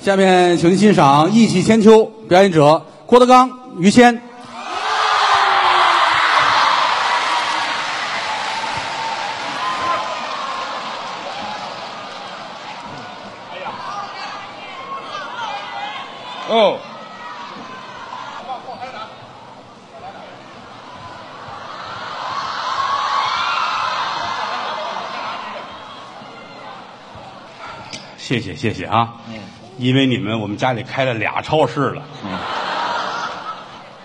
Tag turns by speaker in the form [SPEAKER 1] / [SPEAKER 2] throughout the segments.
[SPEAKER 1] 下面请您欣赏《义气千秋》，表演者郭德纲、于谦。
[SPEAKER 2] 哦，
[SPEAKER 1] 谢谢谢谢啊！
[SPEAKER 2] 嗯
[SPEAKER 1] 因为你们，我们家里开了俩超市了。
[SPEAKER 2] 嗯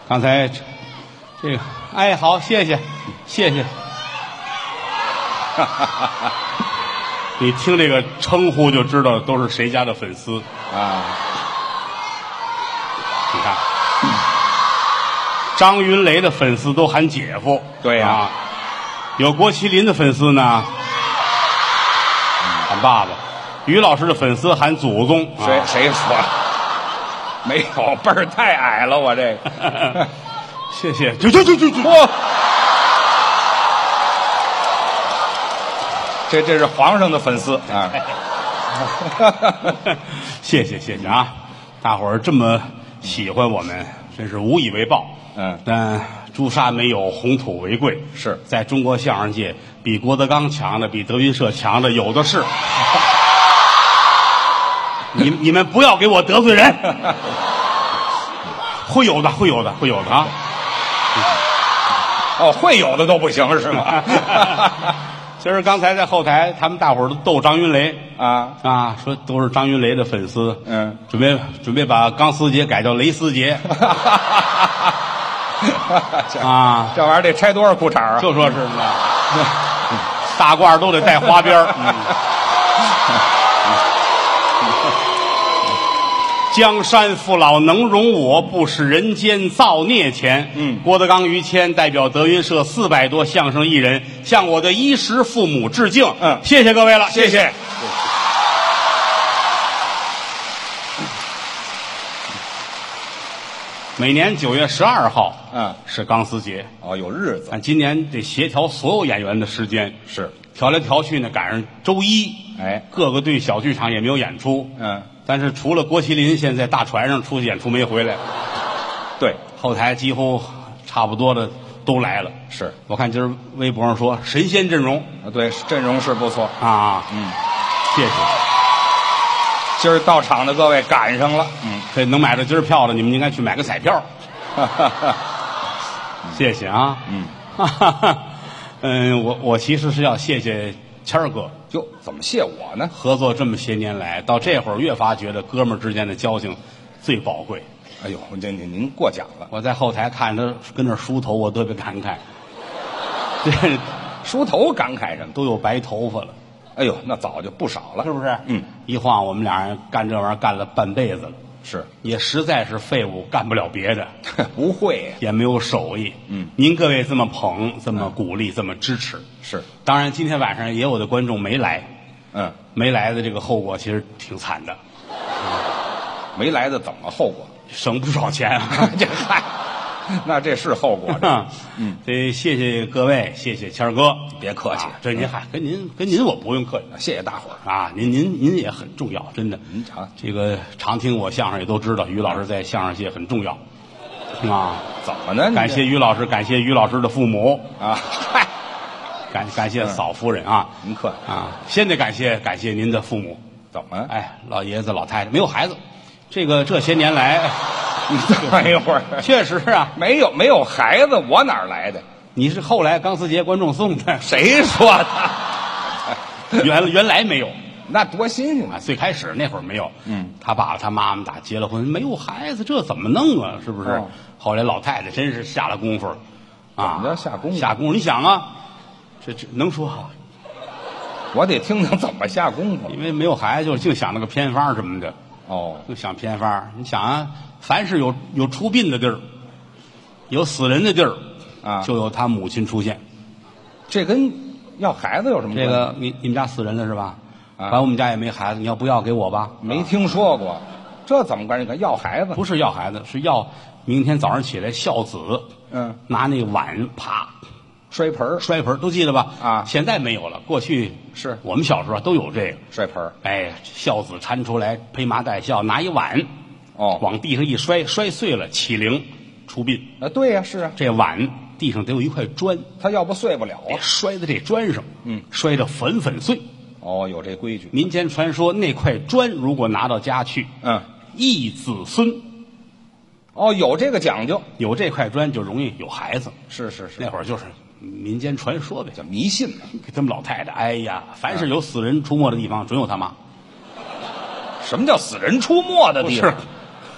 [SPEAKER 1] 刚才这这个，哎，好，谢谢谢谢。 你听这个称呼就知道都是谁家的粉丝。你
[SPEAKER 2] 啊，
[SPEAKER 1] 看，张云雷的粉丝都喊姐夫。
[SPEAKER 2] 对呀
[SPEAKER 1] 啊有郭麒麟的粉丝呢，喊爸爸；于老师的粉丝喊祖宗。啊
[SPEAKER 2] 谁谁说？没有，辈儿太矮了，我这个。
[SPEAKER 1] 啊谢谢，就就就就就，
[SPEAKER 2] 嚯！这这是皇上的粉丝啊！
[SPEAKER 1] 谢谢谢谢啊！大伙儿这么喜欢我们，真是无以为报。
[SPEAKER 2] 嗯
[SPEAKER 1] 但朱砂没有红土为贵，
[SPEAKER 2] 是
[SPEAKER 1] 在中国相声界比郭德纲强的，比德云社强的有的是。 你你们不要给我得罪人，会有的，会有的，会有的啊！
[SPEAKER 2] 哦，会有的都不行是吗？
[SPEAKER 1] 今儿刚才在后台，他们大伙儿都逗张云雷
[SPEAKER 2] 啊，
[SPEAKER 1] 啊，说都是张云雷的粉丝，
[SPEAKER 2] 嗯，
[SPEAKER 1] 准备准备把钢丝节改叫蕾丝 节
[SPEAKER 2] 这
[SPEAKER 1] 啊，
[SPEAKER 2] 这玩意儿得拆多少裤衩啊？
[SPEAKER 1] 就说是呢， 大褂都得带花边 儿嗯江山父老能容我，不使人间造孽钱。
[SPEAKER 2] 嗯
[SPEAKER 1] 郭德纲、于谦代表德云社四百多相声艺人，向我的衣食父母致敬。
[SPEAKER 2] 嗯
[SPEAKER 1] 谢谢各位了，
[SPEAKER 2] 谢谢。
[SPEAKER 1] 每年九月十二号，
[SPEAKER 2] 嗯
[SPEAKER 1] 是钢丝节。
[SPEAKER 2] 哦，有日子
[SPEAKER 1] 但今年得协调所有演员的时间，
[SPEAKER 2] 是
[SPEAKER 1] 调来调去呢，赶上周一，
[SPEAKER 2] 哎
[SPEAKER 1] 各个队小剧场也没有演出，
[SPEAKER 2] 嗯，
[SPEAKER 1] 但是除了郭麒麟，现在大船上出去演出没回来，
[SPEAKER 2] 对，
[SPEAKER 1] 后台几乎差不多的都来了。
[SPEAKER 2] 是
[SPEAKER 1] 我看今儿微博上说神仙阵容
[SPEAKER 2] 啊对，阵容是不错。
[SPEAKER 1] 啊，
[SPEAKER 2] 嗯，
[SPEAKER 1] 谢谢，
[SPEAKER 2] 今儿到场的各位赶上了，嗯，
[SPEAKER 1] 这能买到今儿票的，你们应该去买个彩票，谢谢啊，
[SPEAKER 2] 嗯，
[SPEAKER 1] 哈哈哈， 嗯，我我其实是要谢谢谦儿哥，
[SPEAKER 2] 哟，怎么谢我呢？
[SPEAKER 1] 合作这么些年来，到这会儿越发觉得哥们儿之间的交情最宝贵。
[SPEAKER 2] 哎呦，您您您过奖了，
[SPEAKER 1] 我在后台看他跟那儿梳头，我特别感慨， 这
[SPEAKER 2] 梳头感慨什么？
[SPEAKER 1] 都有白头发了，
[SPEAKER 2] 哎呦，那早就不少了，
[SPEAKER 1] 是不是？
[SPEAKER 2] 嗯，
[SPEAKER 1] 一晃我们俩人干这玩意儿干了半辈子了，
[SPEAKER 2] 是，
[SPEAKER 1] 也实在是废物，干不了别的，
[SPEAKER 2] 不会呀
[SPEAKER 1] 也没有手艺。
[SPEAKER 2] 嗯，
[SPEAKER 1] 您各位这么捧，这么鼓励，这么支持，
[SPEAKER 2] 是，
[SPEAKER 1] 当然今天晚上也有的观众没来，
[SPEAKER 2] 嗯，
[SPEAKER 1] 没来的这个后果其实挺惨的，
[SPEAKER 2] 没来的怎么后果？
[SPEAKER 1] 省不少钱啊。
[SPEAKER 2] 这嗨，那这是后果，这
[SPEAKER 1] 嗯，得谢谢各位，谢谢谦儿哥，
[SPEAKER 2] 别客气
[SPEAKER 1] 啊这您嗨，跟您跟您我不用客气
[SPEAKER 2] 谢谢大伙儿。
[SPEAKER 1] 啊，您您您也很重要，真的。
[SPEAKER 2] 您瞧
[SPEAKER 1] 这个常听我相声也都知道，于老师在相声界很重要
[SPEAKER 2] 嗯
[SPEAKER 1] 啊。
[SPEAKER 2] 怎么呢？你
[SPEAKER 1] 感谢于老师，感谢于老师的父母，
[SPEAKER 2] 啊，嗨，
[SPEAKER 1] 感感谢嫂夫人啊
[SPEAKER 2] 嗯您客气，嗯
[SPEAKER 1] 啊！先得感谢感谢您的父母，
[SPEAKER 2] 怎么？
[SPEAKER 1] 哎，老爷子老太太没有孩子，这个这些年来，
[SPEAKER 2] 你等一会儿，
[SPEAKER 1] 确实啊，
[SPEAKER 2] 没有没有孩子，我哪儿来的？
[SPEAKER 1] 你是后来钢丝节观众送的，
[SPEAKER 2] 谁说的？
[SPEAKER 1] 原原来没有。
[SPEAKER 2] 那多新鲜
[SPEAKER 1] 啊，
[SPEAKER 2] 啊！
[SPEAKER 1] 最开始那会儿没有，
[SPEAKER 2] 嗯，
[SPEAKER 1] 他爸爸他妈妈打结了婚，没有孩子，这怎么弄啊？是不是？
[SPEAKER 2] 哦
[SPEAKER 1] 后来老太太真是下了功夫了，啊，
[SPEAKER 2] 怎么叫下功夫
[SPEAKER 1] 下功夫，你想啊，这这能说好？
[SPEAKER 2] 我得听听怎么下功夫
[SPEAKER 1] 因为没有孩子，就净想那个偏方什么的，
[SPEAKER 2] 哦。
[SPEAKER 1] 就想偏方。你想啊，凡是有有出殡的地儿，有死人的地儿，
[SPEAKER 2] 啊
[SPEAKER 1] 就有他母亲出现。
[SPEAKER 2] 这跟要孩子有什么
[SPEAKER 1] 这
[SPEAKER 2] 关系？
[SPEAKER 1] 个你你们家死人了是吧？
[SPEAKER 2] 啊嗯
[SPEAKER 1] 反正我们家也没孩子，你要不要给我吧？
[SPEAKER 2] 没听说过，这怎么关系？跟要孩子？
[SPEAKER 1] 不是要孩子，是要明天早上起来孝子。
[SPEAKER 2] 嗯，
[SPEAKER 1] 拿那碗啪
[SPEAKER 2] 摔盆儿
[SPEAKER 1] 摔盆儿都记得吧？
[SPEAKER 2] 啊
[SPEAKER 1] 现在没有了，过去
[SPEAKER 2] 是
[SPEAKER 1] 我们小时候都有这个。
[SPEAKER 2] 摔盆儿
[SPEAKER 1] 哎，孝子搀出来，披麻戴孝，拿一碗
[SPEAKER 2] 哦，
[SPEAKER 1] 往地上一摔，摔碎了起灵出殡。
[SPEAKER 2] 啊，对呀、是啊，
[SPEAKER 1] 这碗地上得有一块砖，
[SPEAKER 2] 他要不碎不了
[SPEAKER 1] 得
[SPEAKER 2] 啊。
[SPEAKER 1] 摔在这砖上，
[SPEAKER 2] 嗯，
[SPEAKER 1] 摔得粉粉碎。
[SPEAKER 2] 哦，有这规矩。
[SPEAKER 1] 民间传说，那块砖如果拿到家去，
[SPEAKER 2] 嗯，
[SPEAKER 1] 一子孙
[SPEAKER 2] 哦，有这个讲究。
[SPEAKER 1] 有这块砖就容易有孩子。
[SPEAKER 2] 是是是，
[SPEAKER 1] 那会儿就是民间传说呗，
[SPEAKER 2] 叫迷信呢、
[SPEAKER 1] 给他们老太太，哎呀，凡是有死人出没的地方，准有他妈。
[SPEAKER 2] 什么叫死人出没的
[SPEAKER 1] 不
[SPEAKER 2] 嗯地
[SPEAKER 1] 是
[SPEAKER 2] 方？，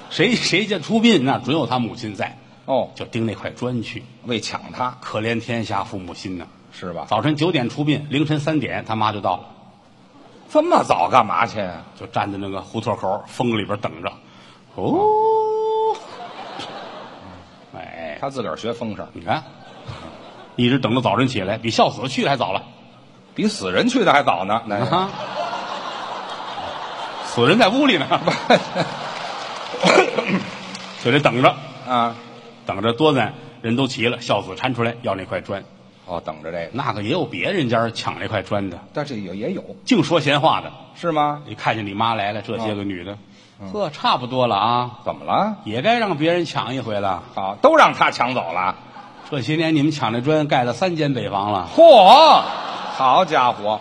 [SPEAKER 1] 谁谁家出殡，那准有他母亲在，
[SPEAKER 2] 哦，
[SPEAKER 1] 就盯那块砖去。
[SPEAKER 2] 为抢他
[SPEAKER 1] 可怜天下父母心呐！
[SPEAKER 2] 是吧？
[SPEAKER 1] 早晨九点出殡，凌晨三点他妈就到了，
[SPEAKER 2] 这么早干嘛去啊？
[SPEAKER 1] 就站在那个胡同口风里边等着。哦，
[SPEAKER 2] 嗯
[SPEAKER 1] 哎，
[SPEAKER 2] 他自个儿学风声，
[SPEAKER 1] 你看，一直等到早晨起来，比孝子去的还早了
[SPEAKER 2] 比死人去的还早呢。那
[SPEAKER 1] 啊！ 死人在屋里呢， 就得等着，
[SPEAKER 2] 啊，
[SPEAKER 1] 等着多咱人都齐了，孝子搀出来要那块砖，
[SPEAKER 2] 哦，等着这个，
[SPEAKER 1] 那个也有别人家抢那块砖的，
[SPEAKER 2] 但是也也有
[SPEAKER 1] 净说闲话的。
[SPEAKER 2] 是吗？
[SPEAKER 1] 你看见你妈来了，这
[SPEAKER 2] 啊
[SPEAKER 1] 些个女的，
[SPEAKER 2] 嗯
[SPEAKER 1] 呵，差不多了啊，
[SPEAKER 2] 怎么了？
[SPEAKER 1] 也该让别人抢一回了。
[SPEAKER 2] 啊，都让他抢走了。
[SPEAKER 1] 这些年你们抢那砖盖了三间北房了，
[SPEAKER 2] 嚯，好家伙，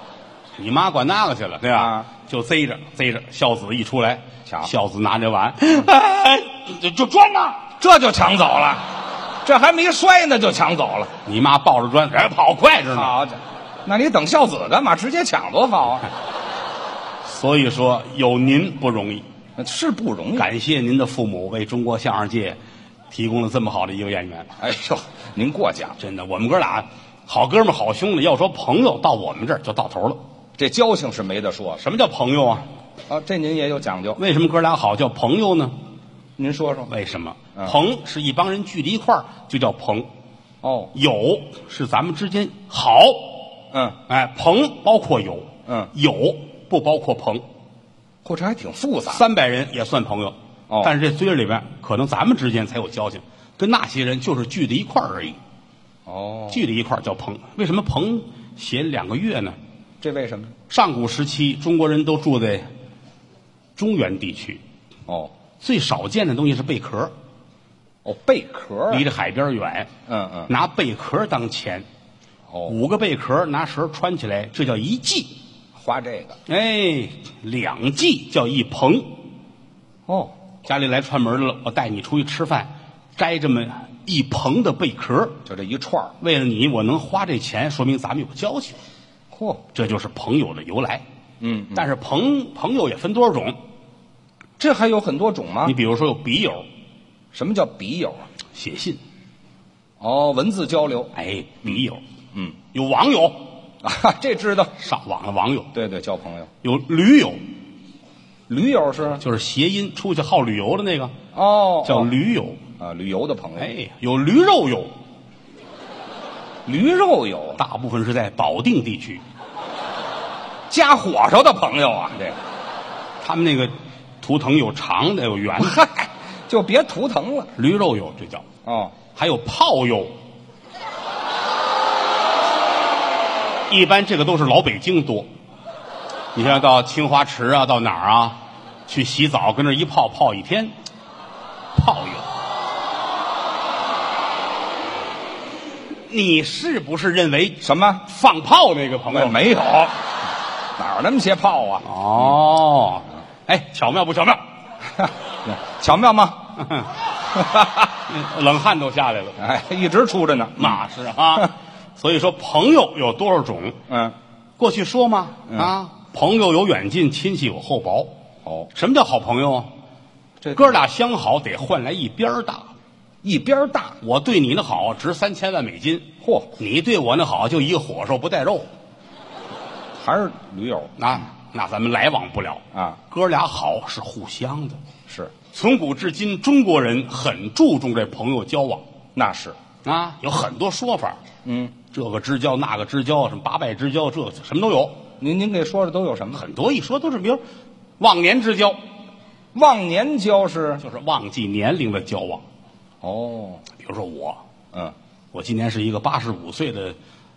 [SPEAKER 1] 你妈管那个去了，对吧？
[SPEAKER 2] 啊
[SPEAKER 1] 就贼着贼着，孝子一出来，
[SPEAKER 2] 抢
[SPEAKER 1] 孝子拿着 碗，哎，就就砖呐！
[SPEAKER 2] 这就抢走了，这还没摔呢就抢走了。
[SPEAKER 1] 你妈抱着砖，哎，跑快着呢。
[SPEAKER 2] 好家伙，那你等孝子干嘛？直接抢多好啊！
[SPEAKER 1] 所以说有您不容易，
[SPEAKER 2] 是不容易。
[SPEAKER 1] 感谢您的父母为中国相声界提供了这么好的一个演员。
[SPEAKER 2] 哎呦，您过奖，
[SPEAKER 1] 真的，我们哥俩好哥们儿、好兄弟，要说朋友，到我们这儿就到头了。
[SPEAKER 2] 这交情是没得说。
[SPEAKER 1] 什么叫朋友啊？
[SPEAKER 2] 啊，这您也有讲究，
[SPEAKER 1] 为什么哥俩好叫朋友呢？
[SPEAKER 2] 您说说。
[SPEAKER 1] 为什么？
[SPEAKER 2] 嗯
[SPEAKER 1] 朋是一帮人聚在一块儿就叫朋，
[SPEAKER 2] 哦，
[SPEAKER 1] 友是咱们之间好，
[SPEAKER 2] 嗯，
[SPEAKER 1] 哎，朋包括友，
[SPEAKER 2] 嗯
[SPEAKER 1] 友不包括朋，
[SPEAKER 2] 或者还挺复杂。
[SPEAKER 1] 三百人也算朋友，
[SPEAKER 2] 哦
[SPEAKER 1] 但是这堆儿里边可能咱们之间才有交情，跟那些人就是聚在一块儿而已，
[SPEAKER 2] 哦，
[SPEAKER 1] 聚在一块儿叫朋。为什么朋写两个月呢？
[SPEAKER 2] 这为什么？
[SPEAKER 1] 上古时期，中国人都住在中原地区，
[SPEAKER 2] 哦，
[SPEAKER 1] 最少见的东西是贝壳，
[SPEAKER 2] 哦，贝壳啊。
[SPEAKER 1] 离着海边远，
[SPEAKER 2] 嗯嗯。
[SPEAKER 1] 拿贝壳当钱，
[SPEAKER 2] 哦，
[SPEAKER 1] 五个贝壳拿绳穿起来，这叫一季。
[SPEAKER 2] 花这个。
[SPEAKER 1] 哎，两季叫一棚。
[SPEAKER 2] 哦，
[SPEAKER 1] 家里来串门了，我带你出去吃饭，摘这么一棚的贝壳，
[SPEAKER 2] 就这一串儿。
[SPEAKER 1] 为了你，我能花这钱，说明咱们有交情，
[SPEAKER 2] 嚯，
[SPEAKER 1] 这就是朋友的由来。
[SPEAKER 2] 嗯，
[SPEAKER 1] 但是朋朋友也分多少种，
[SPEAKER 2] 这还有很多种吗
[SPEAKER 1] 你？比如说有笔友，
[SPEAKER 2] 什么叫笔友啊？
[SPEAKER 1] 写信，
[SPEAKER 2] 哦，文字交流。
[SPEAKER 1] 哎，笔友，
[SPEAKER 2] 嗯，
[SPEAKER 1] 有网友，
[SPEAKER 2] 啊，这知道。
[SPEAKER 1] 上网的网友，
[SPEAKER 2] 对对，交朋友。
[SPEAKER 1] 有驴友，
[SPEAKER 2] 驴友是
[SPEAKER 1] 就是谐音，出去好旅游的那个
[SPEAKER 2] 哦，
[SPEAKER 1] 叫
[SPEAKER 2] 哦
[SPEAKER 1] 驴友。
[SPEAKER 2] 啊，旅游的朋友。，
[SPEAKER 1] 哎，有驴肉友，
[SPEAKER 2] 驴肉啊友，
[SPEAKER 1] 大部分是在保定地区，
[SPEAKER 2] 加火烧的朋友啊，这个。
[SPEAKER 1] 他们那个图腾有长的有圆的，
[SPEAKER 2] 嗨，就别图腾了。
[SPEAKER 1] 驴肉友这叫，
[SPEAKER 2] 哦，
[SPEAKER 1] 还有炮友。一般这个都是老北京多，你像到清华池啊，到哪儿啊，去洗澡跟那儿一泡泡一天，炮友。你是不是认为
[SPEAKER 2] 什么？
[SPEAKER 1] 放炮那个朋友？
[SPEAKER 2] 没有，哪儿那么些炮啊？
[SPEAKER 1] 哦，哎，巧妙不巧妙？
[SPEAKER 2] 巧妙吗？
[SPEAKER 1] 冷汗都下来了。
[SPEAKER 2] 哎，一直出着呢。
[SPEAKER 1] 那是啊， 所以说朋友有多少种？
[SPEAKER 2] 嗯，
[SPEAKER 1] 过去说嘛，啊，朋友有远近，亲戚有厚薄。
[SPEAKER 2] 哦，
[SPEAKER 1] 什么叫好朋友啊？
[SPEAKER 2] 这
[SPEAKER 1] 哥俩相好得换来一边儿大。
[SPEAKER 2] 一边大，
[SPEAKER 1] 我对你的好值三千万美金，
[SPEAKER 2] 嚯，
[SPEAKER 1] 你对我那好就一个火烧不带肉
[SPEAKER 2] 还是驴友
[SPEAKER 1] 啊，那咱们来往不了。
[SPEAKER 2] 啊？
[SPEAKER 1] 哥俩好是互相的，
[SPEAKER 2] 是，
[SPEAKER 1] 从古至今，中国人很注重这朋友交往
[SPEAKER 2] 那是，
[SPEAKER 1] 啊，有很多说法。
[SPEAKER 2] 嗯，
[SPEAKER 1] 这个之交，那个之交，什么八拜之交，这什么都有，
[SPEAKER 2] 您您给说说都有什么？
[SPEAKER 1] 很多一说都是，比如忘年之交，
[SPEAKER 2] 忘年交是
[SPEAKER 1] 就是忘记年龄的交往。
[SPEAKER 2] 哦，
[SPEAKER 1] 比如说我，
[SPEAKER 2] 嗯，
[SPEAKER 1] 我今年是一个八十五岁的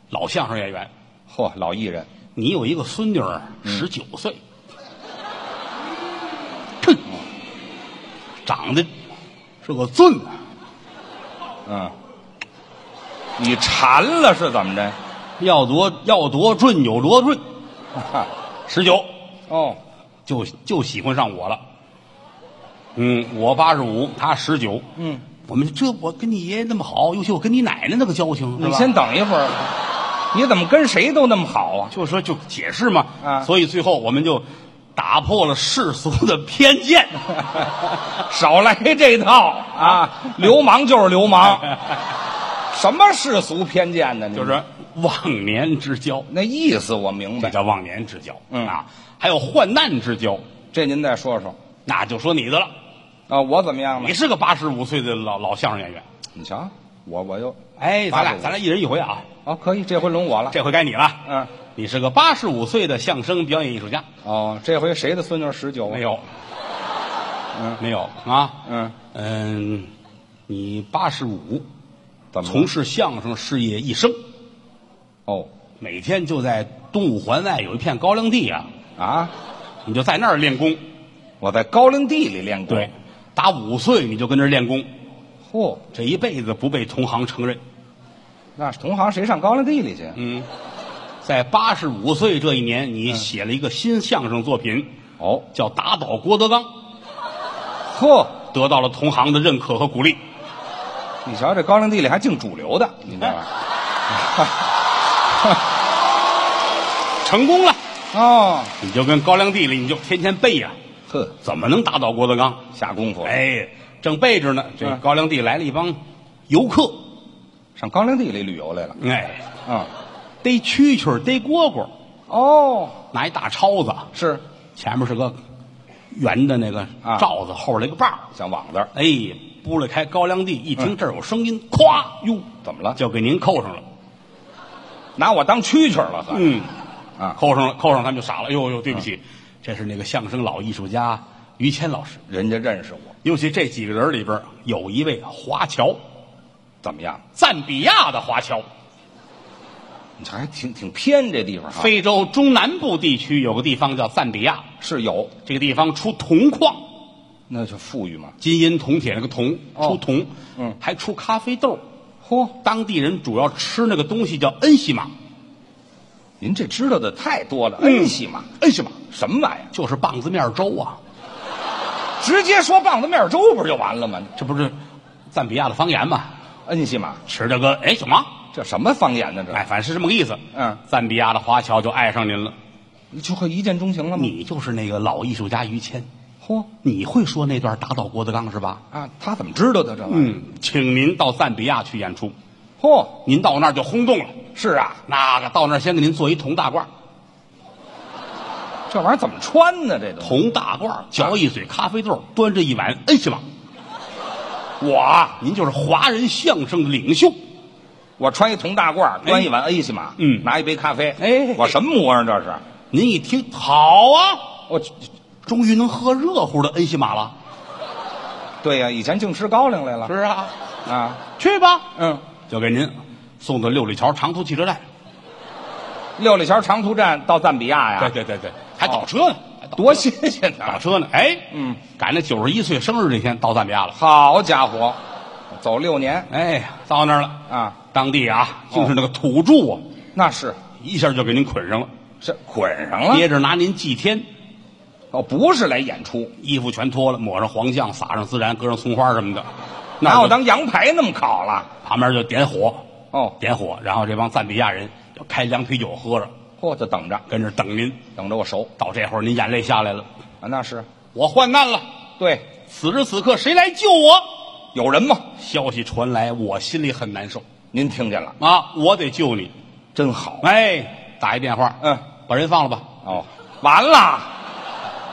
[SPEAKER 1] 老相声演员。
[SPEAKER 2] 嚯，老艺人，
[SPEAKER 1] 你有一个孙女儿，
[SPEAKER 2] 嗯
[SPEAKER 1] 十九岁，哼，长得是个俊啊，
[SPEAKER 2] 嗯，你馋了是怎么着？
[SPEAKER 1] 要多要多俊有多俊，
[SPEAKER 2] 哈
[SPEAKER 1] 十九
[SPEAKER 2] 哦，
[SPEAKER 1] 就就喜欢上我了。嗯，我八十五，他十九。
[SPEAKER 2] 嗯，
[SPEAKER 1] 我们这我跟你爷爷那么好，尤其我跟你奶奶那个交情，是吧
[SPEAKER 2] 你先等一会儿，你怎么跟谁都那么好啊？
[SPEAKER 1] 就说就解释嘛。
[SPEAKER 2] 啊
[SPEAKER 1] 所以最后我们就打破了世俗的偏见。
[SPEAKER 2] 少来这套 啊！流氓就是流氓，什么世俗偏见呢？你
[SPEAKER 1] 就是忘年之交，
[SPEAKER 2] 那意思，我明
[SPEAKER 1] 这
[SPEAKER 2] 白。
[SPEAKER 1] 叫忘年之交、
[SPEAKER 2] 嗯
[SPEAKER 1] 啊。还有患难之交，
[SPEAKER 2] 这您再说说
[SPEAKER 1] 那就说你的了。
[SPEAKER 2] 啊，我怎么样呢
[SPEAKER 1] 你？是个八十五岁的老老相声演员，
[SPEAKER 2] 你瞧，我我又
[SPEAKER 1] 哎，咱俩
[SPEAKER 2] 85
[SPEAKER 1] 咱俩一人一回啊，
[SPEAKER 2] 哦，可以，这回轮我了。
[SPEAKER 1] 这回该你了。
[SPEAKER 2] 嗯，
[SPEAKER 1] 你是个八十五岁的相声表演艺术家，
[SPEAKER 2] 哦，这回谁的孙女十九？
[SPEAKER 1] 没，有，
[SPEAKER 2] 哦嗯
[SPEAKER 1] 没有啊，
[SPEAKER 2] 嗯，
[SPEAKER 1] 嗯，你八十五，
[SPEAKER 2] 怎么了
[SPEAKER 1] 从事相声事业一生，
[SPEAKER 2] 哦
[SPEAKER 1] 每天就在东五环外有一片高粱地啊，
[SPEAKER 2] 啊？
[SPEAKER 1] 你就在那儿练功。
[SPEAKER 2] 我在高粱地里练过。，，
[SPEAKER 1] 打五岁你就跟这儿练功，
[SPEAKER 2] 嚯、
[SPEAKER 1] 这一辈子不被同行承认。
[SPEAKER 2] 那同行谁上高粱地里去？
[SPEAKER 1] 嗯，在八十五岁这一年，你写了一个新相声作品，
[SPEAKER 2] 哦，
[SPEAKER 1] 叫《打倒郭德纲》，
[SPEAKER 2] 嚯，
[SPEAKER 1] 得到了同行的认可和鼓励。
[SPEAKER 2] 你瞧这高粱地里还净主流的，你知道 吧？
[SPEAKER 1] 成功了，
[SPEAKER 2] 哦，
[SPEAKER 1] 你就跟高粱地里，你就天天背呀、
[SPEAKER 2] 呵，
[SPEAKER 1] 怎么能打倒郭德纲？
[SPEAKER 2] 下功夫，
[SPEAKER 1] 哎，正背着呢，这
[SPEAKER 2] 哦嗯
[SPEAKER 1] 高粱地来了一帮游客，
[SPEAKER 2] 上高粱地里旅游来了。
[SPEAKER 1] 哎，
[SPEAKER 2] 嗯，
[SPEAKER 1] 逮蛐蛐儿，逮蝈蝈，
[SPEAKER 2] 哦，
[SPEAKER 1] 拿一大抄子，啊
[SPEAKER 2] 是
[SPEAKER 1] 前面是个圆的那个
[SPEAKER 2] 啊
[SPEAKER 1] 罩子，后边来个把儿，
[SPEAKER 2] 像网子儿，
[SPEAKER 1] 哎，拨了开高粱地，一听这儿有声音，咵，哟，
[SPEAKER 2] 怎么了？
[SPEAKER 1] 就给您扣上了。
[SPEAKER 2] 拿我当蛐蛐儿了，呵，
[SPEAKER 1] 嗯，啊
[SPEAKER 2] 啊，
[SPEAKER 1] 扣上了，扣上，他们就傻了。哟哟，对不起，这是那个相声老艺术家于谦老师。
[SPEAKER 2] 人家认识我，
[SPEAKER 1] 尤其这几个人里边有一位华侨，啊
[SPEAKER 2] 怎么样？
[SPEAKER 1] 赞比亚的华侨，
[SPEAKER 2] 你瞧，还挺挺偏这地方哈，
[SPEAKER 1] 非洲中南部地区有个地方叫赞比亚，
[SPEAKER 2] 是有，
[SPEAKER 1] 这个地方出铜矿，
[SPEAKER 2] 那就富裕嘛。
[SPEAKER 1] 金银铜铁那个铜，
[SPEAKER 2] 哦
[SPEAKER 1] 出铜，
[SPEAKER 2] 嗯
[SPEAKER 1] 还出咖啡豆。
[SPEAKER 2] 嚯，
[SPEAKER 1] 当地人主要吃那个东西叫恩西玛，
[SPEAKER 2] 您这知道的太多了，
[SPEAKER 1] 嗯
[SPEAKER 2] 恩西玛，
[SPEAKER 1] 恩西玛
[SPEAKER 2] 什么玩意儿？
[SPEAKER 1] 就是棒子面粥啊，
[SPEAKER 2] 直接说棒子面粥不是就完了吗？
[SPEAKER 1] 这不是赞比亚的方言吗？
[SPEAKER 2] 恩西玛，
[SPEAKER 1] 吃这个哎什么？
[SPEAKER 2] 这什么方言呢？这
[SPEAKER 1] 哎，反正是这么个意思。
[SPEAKER 2] 嗯
[SPEAKER 1] 赞比亚的华侨就爱上您了，
[SPEAKER 2] 你就会一见钟情了吗？
[SPEAKER 1] 你就是那个老艺术家于谦，
[SPEAKER 2] 嚯
[SPEAKER 1] 你会说那段打倒郭德纲是吧？
[SPEAKER 2] 啊，他怎么知道的这玩意儿？
[SPEAKER 1] 嗯，请您到赞比亚去演出，
[SPEAKER 2] 嚯，
[SPEAKER 1] 您到那儿就轰动了。
[SPEAKER 2] 是啊，
[SPEAKER 1] 那个到那儿先给您做一铜大褂，
[SPEAKER 2] 这玩意儿怎么穿呢？这都
[SPEAKER 1] 铜大褂嚼一嘴咖啡豆，端着一碗哎恩西玛，
[SPEAKER 2] 我
[SPEAKER 1] 啊您就是华人相声的领袖。
[SPEAKER 2] 我穿一铜大褂，端一碗 A 西玛，
[SPEAKER 1] 哎嗯
[SPEAKER 2] 拿一杯咖啡，
[SPEAKER 1] 哎
[SPEAKER 2] 我什么模样这是？
[SPEAKER 1] 您一听好啊，
[SPEAKER 2] 我去，
[SPEAKER 1] 终于能喝热乎的恩西玛了，
[SPEAKER 2] 对呀、以前净吃高粱来了
[SPEAKER 1] 是啊，
[SPEAKER 2] 啊，
[SPEAKER 1] 去吧，
[SPEAKER 2] 嗯，
[SPEAKER 1] 就给您送到六里桥长途汽车站。
[SPEAKER 2] 六里桥长途站到赞比亚呀，
[SPEAKER 1] 对对对，哦还倒车呢，还倒
[SPEAKER 2] 多新鲜
[SPEAKER 1] 倒
[SPEAKER 2] 呐！
[SPEAKER 1] 车呢。哎，
[SPEAKER 2] 嗯，
[SPEAKER 1] 赶着九十一岁生日那天到赞比亚了。
[SPEAKER 2] 好家伙，走六年
[SPEAKER 1] 哎，到那儿了，
[SPEAKER 2] 啊，
[SPEAKER 1] 当地啊，就是那个土著啊，
[SPEAKER 2] 那是
[SPEAKER 1] 一下就给您捆上了，
[SPEAKER 2] 是捆上了
[SPEAKER 1] 接着拿您祭天，
[SPEAKER 2] 哦，不是来演出，
[SPEAKER 1] 衣服全脱了，抹上黄酱，撒上孜然，搁上葱花什么的。那
[SPEAKER 2] 拿我
[SPEAKER 1] 就
[SPEAKER 2] 当羊排那么烤了
[SPEAKER 1] 旁边就点火，
[SPEAKER 2] 哦，
[SPEAKER 1] 点火，然后这帮赞比亚人就开两啤酒喝着，
[SPEAKER 2] 嚯，就等着
[SPEAKER 1] 跟这儿等您。
[SPEAKER 2] 等着我熟
[SPEAKER 1] 到这会儿，您眼泪下来了，
[SPEAKER 2] 啊，那是
[SPEAKER 1] 我患难了，
[SPEAKER 2] 对，
[SPEAKER 1] 此时此刻谁来救我？
[SPEAKER 2] 有人吗？
[SPEAKER 1] 消息传来，我心里很难受。
[SPEAKER 2] 您听见了，
[SPEAKER 1] 啊，我得救你。
[SPEAKER 2] 真好
[SPEAKER 1] 哎，打一电话，
[SPEAKER 2] 嗯，
[SPEAKER 1] 把人放了吧。
[SPEAKER 2] 哦，完了，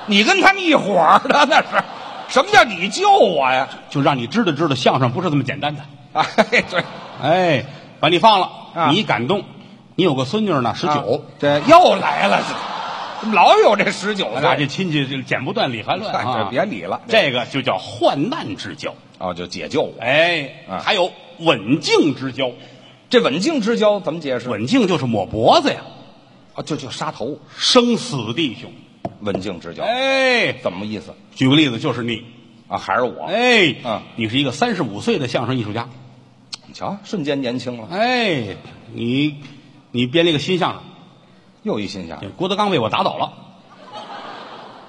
[SPEAKER 2] 你跟他们一伙儿的那是，什么叫你救我呀？
[SPEAKER 1] 就让你知道知道相声不是这么简单的。
[SPEAKER 2] 哎，对，
[SPEAKER 1] 哎，把你放了，
[SPEAKER 2] 啊
[SPEAKER 1] 你感动，你有个孙女呢，十九、
[SPEAKER 2] 啊这又来了，怎么老有这十九
[SPEAKER 1] 咱俩这
[SPEAKER 2] 岁？
[SPEAKER 1] 亲戚这剪不断理还乱
[SPEAKER 2] 哎
[SPEAKER 1] 啊！
[SPEAKER 2] 啊这别理了
[SPEAKER 1] 这个就叫患难之交。
[SPEAKER 2] 哦，就解救我。
[SPEAKER 1] 哎，
[SPEAKER 2] 啊
[SPEAKER 1] 还有稳静之交，
[SPEAKER 2] 这刎颈之交怎么解释？
[SPEAKER 1] 刎颈就是抹脖子呀，
[SPEAKER 2] 啊，就就杀头，
[SPEAKER 1] 生死弟兄。
[SPEAKER 2] 刎颈之交，
[SPEAKER 1] 哎，
[SPEAKER 2] 怎么意思
[SPEAKER 1] 举个例子，就是你，
[SPEAKER 2] 啊？还是我？
[SPEAKER 1] 哎，
[SPEAKER 2] 嗯
[SPEAKER 1] 你是一个三十五岁的相声艺术家，
[SPEAKER 2] 你瞧，瞬间年轻了，
[SPEAKER 1] 哎，你你编了一个新相声，
[SPEAKER 2] 又一心想，
[SPEAKER 1] 对郭德纲被我打倒了，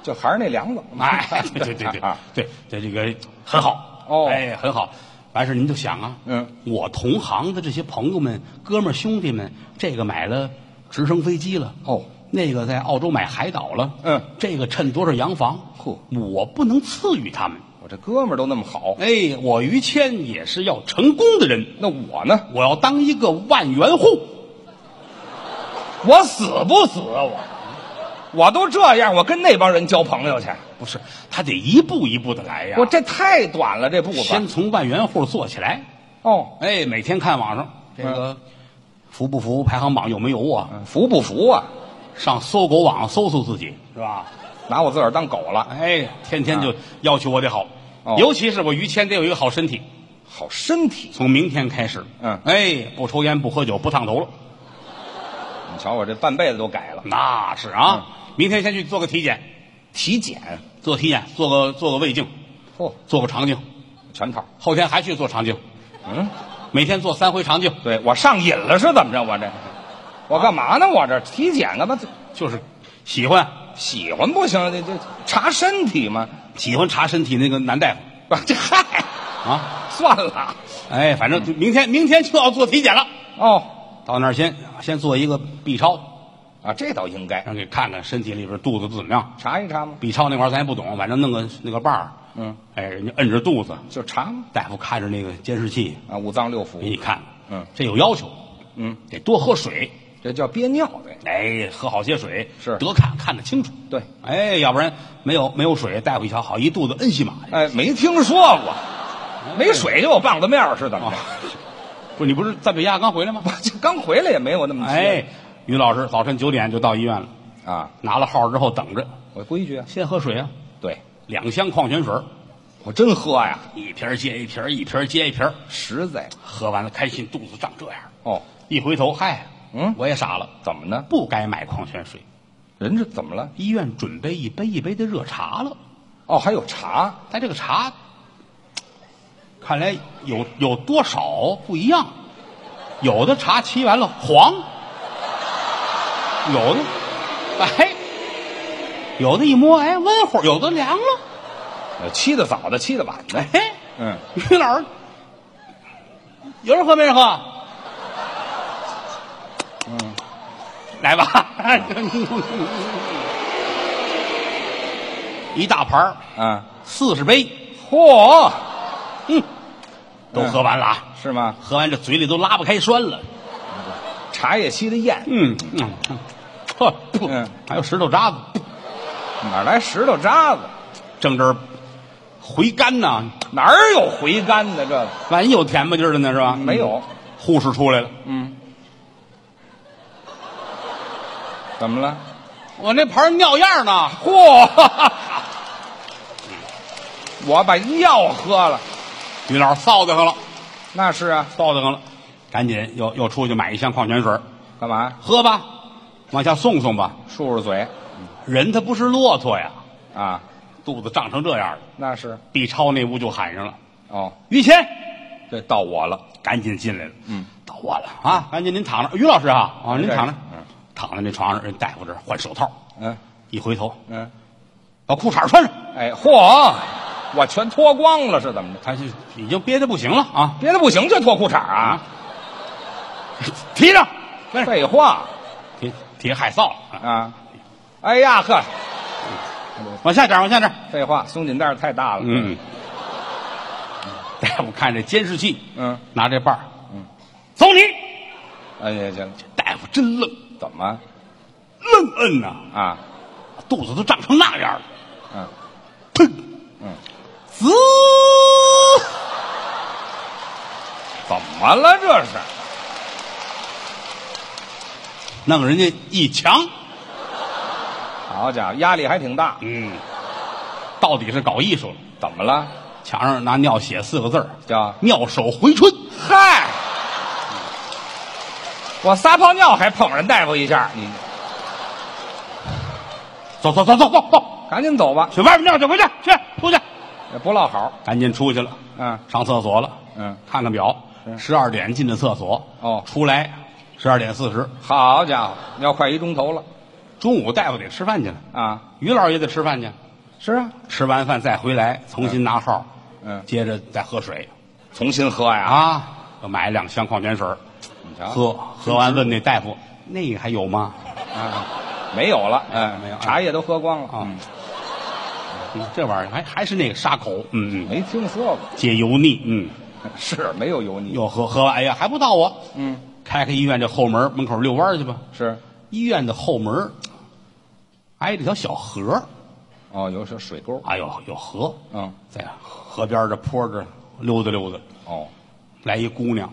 [SPEAKER 2] 就还是那梁子，
[SPEAKER 1] 哎，对对 对对
[SPEAKER 2] 啊
[SPEAKER 1] 对，这这个很好，
[SPEAKER 2] 哦
[SPEAKER 1] 哎，很好。完事儿您就想啊，
[SPEAKER 2] 嗯，
[SPEAKER 1] 我同行的这些朋友们、哥们儿兄弟们，这个买了直升飞机了，
[SPEAKER 2] 哦，
[SPEAKER 1] 那个在澳洲买海岛了，
[SPEAKER 2] 嗯
[SPEAKER 1] 这个趁多少洋房，
[SPEAKER 2] 嚯
[SPEAKER 1] 我不能赐予他们。
[SPEAKER 2] 我这哥们儿都那么好，
[SPEAKER 1] 哎，我于谦也是要成功的人，
[SPEAKER 2] 那我呢？
[SPEAKER 1] 我要当一个万元户。
[SPEAKER 2] 我死不死啊？我，我都这样，我跟那帮人交朋友去，
[SPEAKER 1] 不是，他得一步一步的来呀。
[SPEAKER 2] 我这太短了，这步伐
[SPEAKER 1] 先。从万元户做起来。
[SPEAKER 2] 哦，
[SPEAKER 1] 哎，每天看网上这个服不服排行榜有没有我，
[SPEAKER 2] 服不服啊？
[SPEAKER 1] 上搜狗网搜搜自己是吧？
[SPEAKER 2] 拿我自个儿当狗了，
[SPEAKER 1] 哎，天天就要求我得好，
[SPEAKER 2] 哦
[SPEAKER 1] 尤其是我于谦得有一个好身体。
[SPEAKER 2] 好身体。
[SPEAKER 1] 从明天开始，
[SPEAKER 2] 嗯
[SPEAKER 1] 哎，不抽烟，不喝酒，不烫头了。
[SPEAKER 2] 你瞧我这半辈子都改了，
[SPEAKER 1] 那是啊，
[SPEAKER 2] 嗯
[SPEAKER 1] 明天先去做个体检，
[SPEAKER 2] 体检，
[SPEAKER 1] 做体检，做个做个胃镜，
[SPEAKER 2] 嚯、
[SPEAKER 1] 做个肠镜，
[SPEAKER 2] 全套。
[SPEAKER 1] 后天还去做肠镜，
[SPEAKER 2] 嗯，
[SPEAKER 1] 每天做三回肠镜，
[SPEAKER 2] 对我上瘾了是怎么着？我这，我干嘛呢？我这体检干嘛？
[SPEAKER 1] 就是喜欢
[SPEAKER 2] 喜欢不行，这这查身体嘛。
[SPEAKER 1] 喜欢查身体那个男大夫
[SPEAKER 2] 啊这嗨，
[SPEAKER 1] 啊，
[SPEAKER 2] 算了。
[SPEAKER 1] 哎，反
[SPEAKER 2] 嗯
[SPEAKER 1] 正就明天明天就要做体检了，
[SPEAKER 2] 哦，
[SPEAKER 1] 到那儿先先做一个 B 超，
[SPEAKER 2] 啊，这倒应该
[SPEAKER 1] 让给看看身体里边肚子怎么样。
[SPEAKER 2] 查一查嘛，
[SPEAKER 1] B 超那块儿咱也不懂，反正弄个那个棒儿，
[SPEAKER 2] 嗯，
[SPEAKER 1] 哎，人家摁着肚子，
[SPEAKER 2] 就查嘛。
[SPEAKER 1] 大夫看着那个监视器
[SPEAKER 2] 啊，五脏六
[SPEAKER 1] 给
[SPEAKER 2] 腑，
[SPEAKER 1] 你看，
[SPEAKER 2] 嗯，
[SPEAKER 1] 这有要求，
[SPEAKER 2] 嗯，
[SPEAKER 1] 得多喝水，
[SPEAKER 2] 这叫憋尿呗。
[SPEAKER 1] 哎，喝好些水，
[SPEAKER 2] 是
[SPEAKER 1] 得看看得清楚，
[SPEAKER 2] 对，
[SPEAKER 1] 哎，要不然没有没有水，大夫一瞧，好一肚子恩西玛呀，
[SPEAKER 2] 哎，没听说过，没水就有棒子面儿是怎么着？
[SPEAKER 1] 不是你不是赞比亚刚回来吗？
[SPEAKER 2] 我这刚回来也没有那么
[SPEAKER 1] 哎，于老师早晨九点就到医院了，
[SPEAKER 2] 啊，
[SPEAKER 1] 拿了号之后等着，
[SPEAKER 2] 我规矩啊，
[SPEAKER 1] 先喝水啊，
[SPEAKER 2] 对
[SPEAKER 1] 两箱矿泉水儿，
[SPEAKER 2] 我真喝呀，
[SPEAKER 1] 一瓶儿接一瓶儿，一瓶儿接一瓶儿，
[SPEAKER 2] 实在。
[SPEAKER 1] 喝完了开心，肚子胀这样，
[SPEAKER 2] 哦，
[SPEAKER 1] 一回头，嗨，
[SPEAKER 2] 嗯
[SPEAKER 1] 我也傻了，
[SPEAKER 2] 怎么呢？
[SPEAKER 1] 不该买矿泉水，
[SPEAKER 2] 人这怎么了？
[SPEAKER 1] 医院准备一杯一杯的热茶了，
[SPEAKER 2] 哦，还有茶，
[SPEAKER 1] 但这个茶，看来有有多少不一样，有的茶沏完了黄，有的，哎，有的一摸哎温乎，有的凉了，
[SPEAKER 2] 呃沏的早的，沏的晚的。
[SPEAKER 1] 哎。
[SPEAKER 2] 嗯，
[SPEAKER 1] 于老师，有人喝没人喝？嗯，来吧，一大盘
[SPEAKER 2] 啊，
[SPEAKER 1] 四十杯，
[SPEAKER 2] 嚯，
[SPEAKER 1] 嗯，都
[SPEAKER 2] 嗯
[SPEAKER 1] 喝完了啊，
[SPEAKER 2] 是吗？
[SPEAKER 1] 喝完这嘴里都拉不开栓了，
[SPEAKER 2] 茶叶沏的艳，
[SPEAKER 1] 嗯嗯，呵，不
[SPEAKER 2] 嗯
[SPEAKER 1] 还有石头渣子，
[SPEAKER 2] 哪来石头渣子？
[SPEAKER 1] 正这儿回甘呢，
[SPEAKER 2] 哪儿有回甘的这个？
[SPEAKER 1] 万一有甜吧唧儿的呢是吧？
[SPEAKER 2] 没有，
[SPEAKER 1] 护士出来了，
[SPEAKER 2] 嗯，怎么了？
[SPEAKER 1] 我那盘儿尿样呢，
[SPEAKER 2] 嚯，我把药喝了，
[SPEAKER 1] 于老师臊得慌了。
[SPEAKER 2] 那是啊，
[SPEAKER 1] 臊得慌了，赶紧又又出去买一箱矿泉水，
[SPEAKER 2] 干嘛？
[SPEAKER 1] 喝吧，往下送送吧。
[SPEAKER 2] 漱漱嘴
[SPEAKER 1] 人他不是骆驼呀，
[SPEAKER 2] 啊，
[SPEAKER 1] 肚子胀成这样了。
[SPEAKER 2] 那是
[SPEAKER 1] B 超那屋就喊上了，
[SPEAKER 2] 哦，
[SPEAKER 1] 于谦，
[SPEAKER 2] 这到我了，
[SPEAKER 1] 赶紧进来了。
[SPEAKER 2] 嗯，
[SPEAKER 1] 到我了啊，赶紧您躺着，于老师啊，啊，您躺着
[SPEAKER 2] 嗯，
[SPEAKER 1] 躺在那床上，人大夫这儿换手套，
[SPEAKER 2] 嗯
[SPEAKER 1] 一回头
[SPEAKER 2] 嗯，
[SPEAKER 1] 把裤衩穿上，
[SPEAKER 2] 哎，嚯，我全脱光了是怎么着？
[SPEAKER 1] 他就已经憋得不行了啊，
[SPEAKER 2] 别的不行就脱裤衩啊？
[SPEAKER 1] 提上，跟着
[SPEAKER 2] 废话
[SPEAKER 1] 提提害臊了，啊
[SPEAKER 2] 啊！哎呀呵，
[SPEAKER 1] 往下点儿，往下点儿。
[SPEAKER 2] 废话，松紧带儿太大了。
[SPEAKER 1] 嗯，大夫看这监视器，
[SPEAKER 2] 嗯，
[SPEAKER 1] 拿这棒，嗯，走你！
[SPEAKER 2] 哎呀，行，
[SPEAKER 1] 大夫真愣，
[SPEAKER 2] 怎么
[SPEAKER 1] 愣摁呐、
[SPEAKER 2] 啊？
[SPEAKER 1] 肚子都胀成那样了，
[SPEAKER 2] 嗯，
[SPEAKER 1] 砰，
[SPEAKER 2] 嗯，
[SPEAKER 1] 滋，
[SPEAKER 2] 怎么了这是？
[SPEAKER 1] 弄人家一墙，
[SPEAKER 2] 好家伙，压力还挺大。
[SPEAKER 1] 嗯，到底是搞艺术了，
[SPEAKER 2] 怎么了？
[SPEAKER 1] 墙上拿尿写四个字儿
[SPEAKER 2] 叫
[SPEAKER 1] “尿手回春
[SPEAKER 2] 嗨，我撒泡尿还碰人大夫一下，你
[SPEAKER 1] 走走走走走走，
[SPEAKER 2] 赶紧走吧，
[SPEAKER 1] 去外面尿去，回去去出去，
[SPEAKER 2] 也不落好。
[SPEAKER 1] 赶紧出去了。
[SPEAKER 2] 嗯
[SPEAKER 1] 上厕所了。
[SPEAKER 2] 嗯，
[SPEAKER 1] 看看表，十二点进的厕所。
[SPEAKER 2] 哦
[SPEAKER 1] 出来十二点四十。
[SPEAKER 2] 好家伙，要快一钟头了
[SPEAKER 1] 中午大夫得吃饭去了，
[SPEAKER 2] 啊！
[SPEAKER 1] 于老师也得吃饭去。
[SPEAKER 2] 是啊，
[SPEAKER 1] 吃完饭再回来，重新拿号，
[SPEAKER 2] 嗯
[SPEAKER 1] 接着再喝水
[SPEAKER 2] 重新喝呀啊！
[SPEAKER 1] 啊。又买两箱矿泉水儿，
[SPEAKER 2] 你瞧
[SPEAKER 1] 喝喝完问那大夫，那个还有吗？
[SPEAKER 2] 啊，没有了，哎，
[SPEAKER 1] 没有
[SPEAKER 2] 茶叶都喝光了
[SPEAKER 1] 啊
[SPEAKER 2] 嗯
[SPEAKER 1] 嗯这玩意儿还还是那个沙口，嗯嗯，
[SPEAKER 2] 没听说过，
[SPEAKER 1] 解油腻，嗯，
[SPEAKER 2] 是没有油腻，
[SPEAKER 1] 又喝喝完，哎呀还不到我，
[SPEAKER 2] 嗯，
[SPEAKER 1] 开开医院这后门门口遛弯儿去吧。
[SPEAKER 2] 是，
[SPEAKER 1] 医院的后门挨着条小河，
[SPEAKER 2] 哦，有是水沟，
[SPEAKER 1] 哎呦有河，
[SPEAKER 2] 嗯，
[SPEAKER 1] 在河边儿这坡这儿溜达溜达，
[SPEAKER 2] 哦，
[SPEAKER 1] 来一姑娘，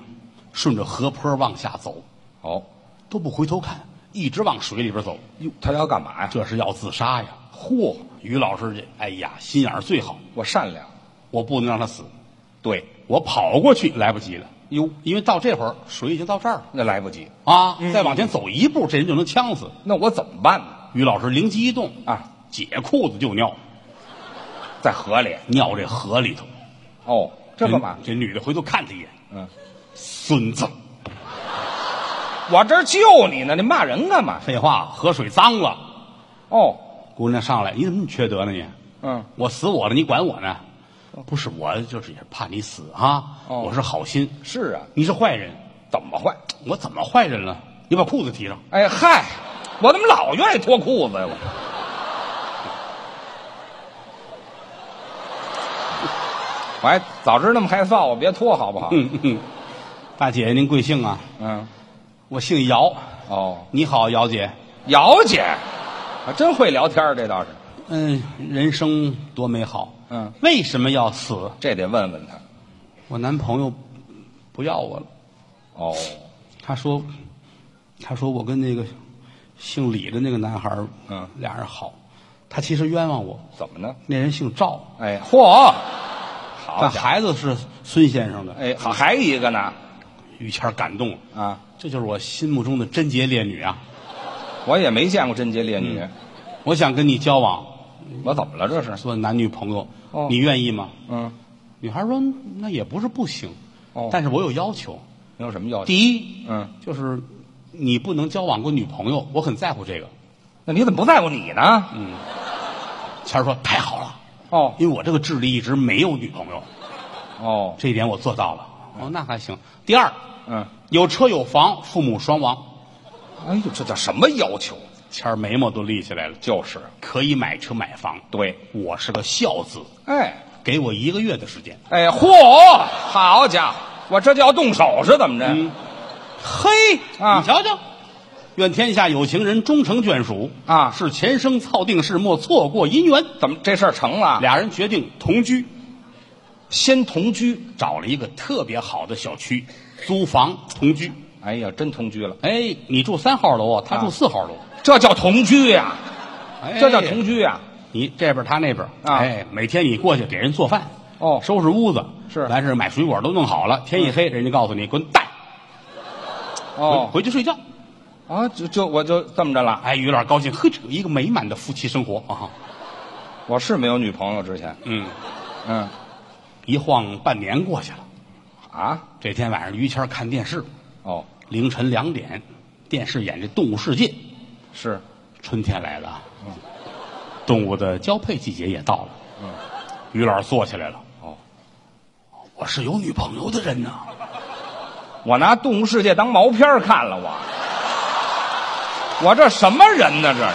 [SPEAKER 1] 顺着河坡往下走，
[SPEAKER 2] 哦，
[SPEAKER 1] 都不回头看，一直往水里边走，
[SPEAKER 2] 哟，他要干嘛呀？
[SPEAKER 1] 这是要自杀呀！
[SPEAKER 2] 嚯，
[SPEAKER 1] 于老师这，哎呀，心眼儿最好，
[SPEAKER 2] 我善良，
[SPEAKER 1] 我不能让他死，
[SPEAKER 2] 对，
[SPEAKER 1] 我跑过去来不及了，
[SPEAKER 2] 哟，
[SPEAKER 1] 因为到这会儿水已经到这儿了
[SPEAKER 2] 那来不及，
[SPEAKER 1] 啊，
[SPEAKER 2] 嗯
[SPEAKER 1] 再往前走一步，这人就能呛死。
[SPEAKER 2] 那我怎么办呢？
[SPEAKER 1] 于老师灵机一动，
[SPEAKER 2] 啊，
[SPEAKER 1] 解裤子就尿，
[SPEAKER 2] 在河里，
[SPEAKER 1] 尿这河里头。
[SPEAKER 2] 哦，这干嘛？
[SPEAKER 1] 这女的回头看他一眼，
[SPEAKER 2] 嗯，
[SPEAKER 1] 孙子，
[SPEAKER 2] 我这儿救你呢，你骂人干嘛？
[SPEAKER 1] 废话，河水脏了。
[SPEAKER 2] 哦，
[SPEAKER 1] 姑娘上来，你怎么那么缺德呢你？
[SPEAKER 2] 嗯，
[SPEAKER 1] 我死我的，你管我呢？不是我，就是也怕你死啊！
[SPEAKER 2] 哦
[SPEAKER 1] 我是好心，
[SPEAKER 2] 是啊，
[SPEAKER 1] 你是坏人，
[SPEAKER 2] 怎么坏？
[SPEAKER 1] 我怎么坏人了？你把裤子提上，
[SPEAKER 2] 哎嗨，我怎么老愿意脱裤子呀？我 我还哎早知那么害臊，我别脱好不好？
[SPEAKER 1] 嗯嗯，大姐您贵姓啊？
[SPEAKER 2] 嗯，
[SPEAKER 1] 我姓姚，
[SPEAKER 2] 哦，
[SPEAKER 1] 你好，姚姐。
[SPEAKER 2] 姚姐，还真会聊天儿，这倒是，
[SPEAKER 1] 嗯，人生多美好。
[SPEAKER 2] 嗯，
[SPEAKER 1] 为什么要死？
[SPEAKER 2] 这得问问她。
[SPEAKER 1] 我男朋友不要我了，
[SPEAKER 2] 哦，
[SPEAKER 1] 他说，他说我跟那个姓李的那个男孩儿，
[SPEAKER 2] 嗯
[SPEAKER 1] 俩人好，他其实冤枉我。
[SPEAKER 2] 怎么呢？
[SPEAKER 1] 那人姓赵，
[SPEAKER 2] 哎，嚯，好
[SPEAKER 1] 但
[SPEAKER 2] 家伙，
[SPEAKER 1] 孩子是孙先生的。
[SPEAKER 2] 哎，好，还一个呢，
[SPEAKER 1] 于谦儿感动了，
[SPEAKER 2] 啊，
[SPEAKER 1] 这就是我心目中的贞洁烈女啊！
[SPEAKER 2] 我也没见过贞洁烈女，
[SPEAKER 1] 嗯我想跟你交往，
[SPEAKER 2] 我怎么了这是？
[SPEAKER 1] 做男女朋友，
[SPEAKER 2] 哦
[SPEAKER 1] 你愿意吗？
[SPEAKER 2] 嗯，
[SPEAKER 1] 女孩说那也不是不行，
[SPEAKER 2] 哦
[SPEAKER 1] 但是我有要求。
[SPEAKER 2] 你有什么要求？
[SPEAKER 1] 第一，
[SPEAKER 2] 嗯，
[SPEAKER 1] 就是你不能交往过女朋友，我很在乎这个。
[SPEAKER 2] 那你怎么不在乎你呢？
[SPEAKER 1] 嗯谦儿说太好了，
[SPEAKER 2] 哦
[SPEAKER 1] 因为我这个智力一直没有女朋友，
[SPEAKER 2] 哦，
[SPEAKER 1] 这一点我做到了。哦，那还行。第二，
[SPEAKER 2] 嗯。
[SPEAKER 1] 有车有房，父母双亡。
[SPEAKER 2] 哎呦，这叫什么要求？
[SPEAKER 1] 谦儿眉毛都立起来了，
[SPEAKER 2] 就是
[SPEAKER 1] 可以买车买房。
[SPEAKER 2] 对，
[SPEAKER 1] 我是个孝子，
[SPEAKER 2] 哎
[SPEAKER 1] 给我一个月的时间。
[SPEAKER 2] 哎，嚯，好家伙，我这就要动手是怎么着？
[SPEAKER 1] 嗯嘿，
[SPEAKER 2] 啊
[SPEAKER 1] 你瞧瞧，愿天下有情人终成眷属
[SPEAKER 2] 啊
[SPEAKER 1] 是前生操定事，莫错过姻缘。
[SPEAKER 2] 怎么这事儿成了？
[SPEAKER 1] 俩人决定同居，
[SPEAKER 2] 先同居。
[SPEAKER 1] 找了一个特别好的小区，租房同居。
[SPEAKER 2] 哎呀，真同居了，
[SPEAKER 1] 哎，你住三号楼啊，他住四号楼，
[SPEAKER 2] 这叫同居呀、
[SPEAKER 1] 哎
[SPEAKER 2] 这叫同。居呀、
[SPEAKER 1] 你这边他那边
[SPEAKER 2] 啊
[SPEAKER 1] 哎，每天你过去给人做饭，
[SPEAKER 2] 哦
[SPEAKER 1] 收拾屋子，
[SPEAKER 2] 是
[SPEAKER 1] 完事儿买水果都弄好了，天一黑，人家告诉你滚蛋，回
[SPEAKER 2] 哦
[SPEAKER 1] 回去睡觉。
[SPEAKER 2] 啊，就就我就这么着了。
[SPEAKER 1] 哎，于老师高兴，呵，这有一个美满的夫妻生活啊。
[SPEAKER 2] 我是没有女朋友之前，
[SPEAKER 1] 嗯，
[SPEAKER 2] 嗯
[SPEAKER 1] 一晃半年过去了。
[SPEAKER 2] 啊，
[SPEAKER 1] 这天晚上，于谦儿看电视，
[SPEAKER 2] 哦
[SPEAKER 1] 凌晨两点，电视演这《动物世界》，
[SPEAKER 2] 是，
[SPEAKER 1] 春天来了，
[SPEAKER 2] 嗯
[SPEAKER 1] 动物的交配季节也到了。于老师坐起来了，
[SPEAKER 2] 哦，
[SPEAKER 1] 我是有女朋友的人呢、
[SPEAKER 2] 我拿《动物世界》当毛片儿看了我，我这什么人呢？这是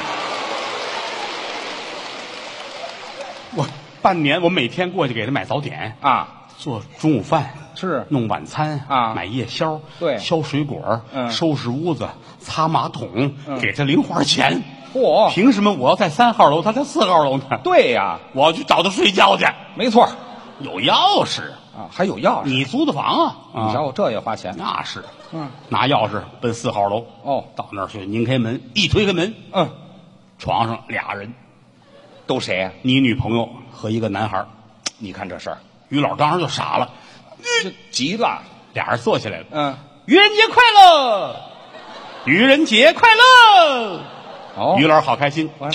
[SPEAKER 1] 我半年，我每天过去给他买早点，
[SPEAKER 2] 啊，
[SPEAKER 1] 做中午饭，
[SPEAKER 2] 是
[SPEAKER 1] 弄晚餐
[SPEAKER 2] 啊
[SPEAKER 1] 买夜宵，
[SPEAKER 2] 对
[SPEAKER 1] 削水果，
[SPEAKER 2] 嗯
[SPEAKER 1] 收拾屋子，擦马桶，
[SPEAKER 2] 嗯哦
[SPEAKER 1] 给他零花钱。
[SPEAKER 2] 嚯，
[SPEAKER 1] 凭什么我要在三号楼，他在四号楼呢？
[SPEAKER 2] 对呀、
[SPEAKER 1] 我要去找他睡觉去，
[SPEAKER 2] 没错儿
[SPEAKER 1] 有钥匙。
[SPEAKER 2] 啊，还有钥匙。
[SPEAKER 1] 你租的房啊？
[SPEAKER 2] 你
[SPEAKER 1] 啊，
[SPEAKER 2] 瞧我这也花钱。
[SPEAKER 1] 那是，
[SPEAKER 2] 嗯，
[SPEAKER 1] 拿钥匙奔四号楼，
[SPEAKER 2] 哦，
[SPEAKER 1] 到那儿去拧开门，一推开门，
[SPEAKER 2] 嗯，
[SPEAKER 1] 床上俩人，
[SPEAKER 2] 都谁呀、
[SPEAKER 1] 你女朋友和一个男孩儿。
[SPEAKER 2] 你看这事儿，
[SPEAKER 1] 于老当时就傻了，
[SPEAKER 2] 这急了。
[SPEAKER 1] 俩人坐起来了。
[SPEAKER 2] 嗯，
[SPEAKER 1] 愚人节快乐！愚人节快乐！
[SPEAKER 2] 哦
[SPEAKER 1] 于老师好开心，
[SPEAKER 2] 我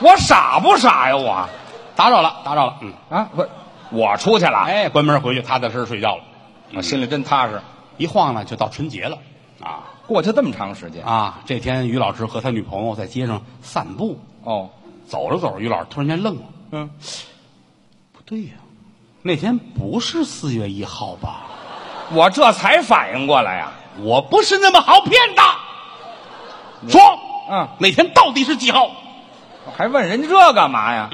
[SPEAKER 2] 我傻不傻呀？我
[SPEAKER 1] 打扰了，打扰了，嗯，
[SPEAKER 2] 啊，不是，我出去了，
[SPEAKER 1] 哎，关门回去，踏踏实实睡觉了。嗯
[SPEAKER 2] 我心里真踏实。
[SPEAKER 1] 一晃呢，就到春节了，啊
[SPEAKER 2] 过去这么长时间，
[SPEAKER 1] 啊！这天于老师和他女朋友在街上散步，
[SPEAKER 2] 哦，
[SPEAKER 1] 走着走着，于老师突然间愣了，
[SPEAKER 2] 嗯，
[SPEAKER 1] 不对呀、那天不是四月一号吧？
[SPEAKER 2] 我这才反应过来呀、
[SPEAKER 1] 我不是那么好骗的。说，
[SPEAKER 2] 嗯，
[SPEAKER 1] 那天到底是几号？嗯
[SPEAKER 2] 我还问人家这干嘛呀？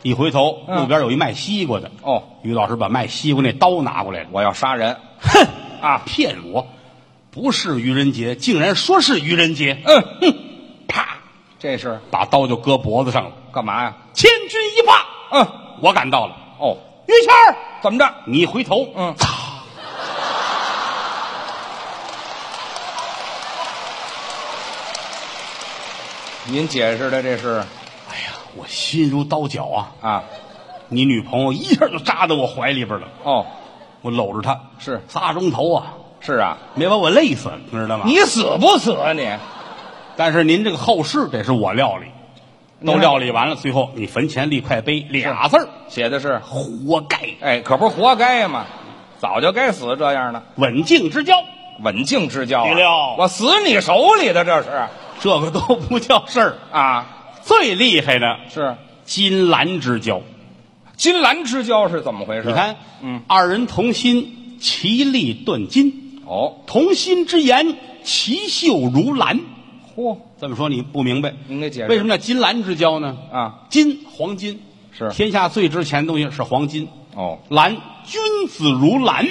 [SPEAKER 1] 一回头，
[SPEAKER 2] 嗯
[SPEAKER 1] 路边有一卖西瓜的，
[SPEAKER 2] 哦，
[SPEAKER 1] 于老师把卖西瓜那刀拿过来了，
[SPEAKER 2] 我要杀人，
[SPEAKER 1] 哼
[SPEAKER 2] 啊
[SPEAKER 1] 骗我！不是愚人节，竟然说是愚人节，
[SPEAKER 2] 嗯，
[SPEAKER 1] 啪，
[SPEAKER 2] 这是
[SPEAKER 1] 把刀就搁脖子上了。
[SPEAKER 2] 干嘛呀？
[SPEAKER 1] 千钧一发，
[SPEAKER 2] 嗯，
[SPEAKER 1] 我赶到了。
[SPEAKER 2] 哦，
[SPEAKER 1] 于谦儿，
[SPEAKER 2] 怎么着？
[SPEAKER 1] 你一回头，
[SPEAKER 2] 嗯
[SPEAKER 1] 嚓，
[SPEAKER 2] 您解释的这是
[SPEAKER 1] 哎呀，我心如刀绞啊！
[SPEAKER 2] 啊？
[SPEAKER 1] 你女朋友一下就扎到我怀里边了，
[SPEAKER 2] 哦，
[SPEAKER 1] 我搂着她
[SPEAKER 2] 是
[SPEAKER 1] 仨钟头啊，
[SPEAKER 2] 是啊，
[SPEAKER 1] 没把我累死，你知道吗？
[SPEAKER 2] 你死不死啊你？
[SPEAKER 1] 但是您这个后事得是我料理，都料理完了，最后你坟前立块碑，俩字儿
[SPEAKER 2] 写的是，
[SPEAKER 1] 活该，
[SPEAKER 2] 哎，可不是活该嘛，早就该死这样的，
[SPEAKER 1] 刎颈之交，
[SPEAKER 2] 刎颈之交、啊。
[SPEAKER 1] 第六
[SPEAKER 2] 我死你手里的这是
[SPEAKER 1] 这个都不叫事儿。
[SPEAKER 2] 啊，
[SPEAKER 1] 最厉害的
[SPEAKER 2] 是
[SPEAKER 1] 金兰之交，
[SPEAKER 2] 金兰之交是怎么回事？
[SPEAKER 1] 你看，
[SPEAKER 2] 嗯，
[SPEAKER 1] 二人同心，其利断金；
[SPEAKER 2] 哦，
[SPEAKER 1] 同心之言，其秀如兰。
[SPEAKER 2] 嚯
[SPEAKER 1] 这么说你不明白，
[SPEAKER 2] 您给嗯解释
[SPEAKER 1] 为什么叫金兰之交呢？
[SPEAKER 2] 啊，
[SPEAKER 1] 金黄金
[SPEAKER 2] 是
[SPEAKER 1] 天下最值钱的东西是黄金，
[SPEAKER 2] 哦
[SPEAKER 1] 兰君子如兰，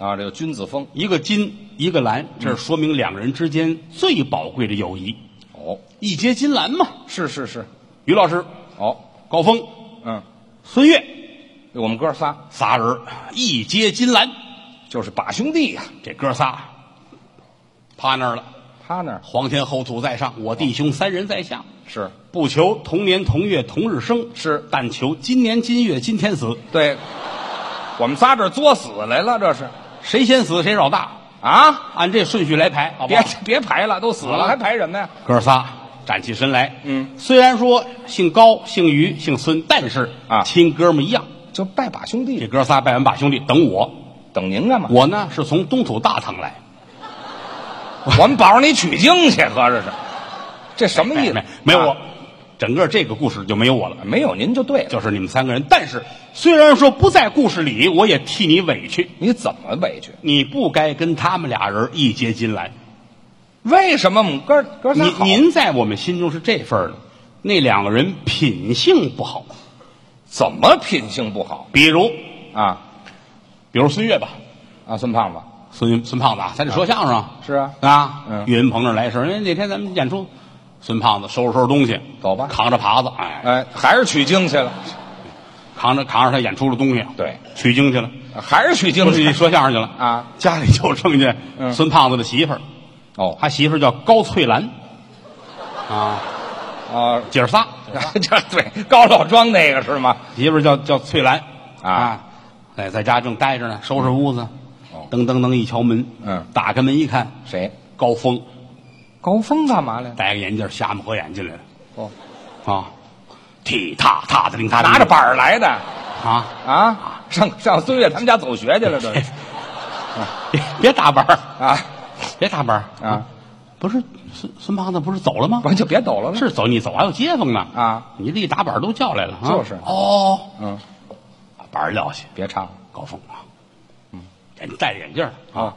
[SPEAKER 2] 啊，这个君子风
[SPEAKER 1] 一个金一个兰，
[SPEAKER 2] 嗯
[SPEAKER 1] 这是说明两人之间最宝贵的友谊，
[SPEAKER 2] 哦，
[SPEAKER 1] 一结金兰嘛。
[SPEAKER 2] 是是是，
[SPEAKER 1] 于老师、
[SPEAKER 2] 哦，
[SPEAKER 1] 高峰、
[SPEAKER 2] 嗯，
[SPEAKER 1] 孙越
[SPEAKER 2] 我们哥仨
[SPEAKER 1] 仨人一结金兰，
[SPEAKER 2] 就是把兄弟呀、
[SPEAKER 1] 这哥仨趴那儿了。
[SPEAKER 2] 他那儿
[SPEAKER 1] 皇天后土在上，我弟兄三人在下。
[SPEAKER 2] 是
[SPEAKER 1] 不求同年同月同日生，
[SPEAKER 2] 是
[SPEAKER 1] 但求今年今月今天死。
[SPEAKER 2] 对，我们仨这儿作死来了，这是
[SPEAKER 1] 谁先死谁老大，
[SPEAKER 2] 啊，
[SPEAKER 1] 按这顺序来排，好不
[SPEAKER 2] 别
[SPEAKER 1] 好？
[SPEAKER 2] 别排了，都死了
[SPEAKER 1] 啊
[SPEAKER 2] 还排什么呀？
[SPEAKER 1] 哥仨站起身来。
[SPEAKER 2] 嗯，
[SPEAKER 1] 虽然说姓高、姓于、姓孙，但是
[SPEAKER 2] 啊
[SPEAKER 1] 亲哥们一样。
[SPEAKER 2] 就拜把兄
[SPEAKER 1] 这
[SPEAKER 2] 弟，
[SPEAKER 1] 哥仨拜完把兄弟等我，
[SPEAKER 2] 等您啊干嘛？
[SPEAKER 1] 我呢是从东土大唐来，
[SPEAKER 2] 我们保着你取经去，合着是，这什么
[SPEAKER 1] 没
[SPEAKER 2] 意
[SPEAKER 1] 有
[SPEAKER 2] 思
[SPEAKER 1] 没？哎没有我
[SPEAKER 2] 啊，
[SPEAKER 1] 整个这个故事就没有我了。
[SPEAKER 2] 没有您就对了，
[SPEAKER 1] 就是你们三个人，但是虽然说不在故事里，我也替你委屈。
[SPEAKER 2] 你怎么委屈？
[SPEAKER 1] 你不该跟他们俩人一结金兰。
[SPEAKER 2] 为什么我们哥哥仨
[SPEAKER 1] 您
[SPEAKER 2] 好？
[SPEAKER 1] 您在我们心中是这份儿的，那两个人品性不好。
[SPEAKER 2] 怎么品性不好
[SPEAKER 1] 比如，
[SPEAKER 2] 啊？
[SPEAKER 1] 比如孙越吧，
[SPEAKER 2] 啊，孙胖子
[SPEAKER 1] 孙孙胖子啊，咱得说相声啊，
[SPEAKER 2] 是啊，
[SPEAKER 1] 啊，
[SPEAKER 2] 嗯
[SPEAKER 1] 岳云鹏这儿来事儿，因为那天咱们演出，孙胖子收拾收拾东西，
[SPEAKER 2] 走吧
[SPEAKER 1] 扛着耙子，哎，
[SPEAKER 2] 哎，还是取经去了，
[SPEAKER 1] 扛着扛着他演出的东西，
[SPEAKER 2] 对，
[SPEAKER 1] 取经去了，
[SPEAKER 2] 还是取经
[SPEAKER 1] 不是
[SPEAKER 2] 去
[SPEAKER 1] 你说相声去了
[SPEAKER 2] 啊？
[SPEAKER 1] 家里就剩下
[SPEAKER 2] 嗯
[SPEAKER 1] 孙胖子的媳妇儿，
[SPEAKER 2] 哦
[SPEAKER 1] 他媳妇儿叫高翠兰，啊，
[SPEAKER 2] 啊，
[SPEAKER 1] 姐儿仨，
[SPEAKER 2] 这对高老庄那个是吗？
[SPEAKER 1] 媳妇儿叫叫翠兰
[SPEAKER 2] 啊
[SPEAKER 1] 哎，在家正待着呢，收拾屋子
[SPEAKER 2] 哦，
[SPEAKER 1] 噔噔噔一敲门，
[SPEAKER 2] 嗯
[SPEAKER 1] 打开门一看，
[SPEAKER 2] 谁？
[SPEAKER 1] 高峰
[SPEAKER 2] 高峰干嘛来了？
[SPEAKER 1] 戴个眼镜，瞎么合眼进来了
[SPEAKER 2] 哦，
[SPEAKER 1] 啊，踢踏踏的令他
[SPEAKER 2] 拿着板儿来的
[SPEAKER 1] 啊，
[SPEAKER 2] 啊，上上孙越他们家走学去了，这是
[SPEAKER 1] 别 别打板儿，
[SPEAKER 2] 啊
[SPEAKER 1] 别打板儿
[SPEAKER 2] 啊，
[SPEAKER 1] 不是孙孙胖子不是走了吗？
[SPEAKER 2] 完就别抖了了。
[SPEAKER 1] 是走，你走还有街坊呢
[SPEAKER 2] 啊！
[SPEAKER 1] 你这一打板儿都叫来了，啊
[SPEAKER 2] 就是
[SPEAKER 1] 哦，
[SPEAKER 2] 嗯，
[SPEAKER 1] 把板儿撂下，
[SPEAKER 2] 别唱了
[SPEAKER 1] 高峰啊，嗯，戴着眼镜儿
[SPEAKER 2] 啊！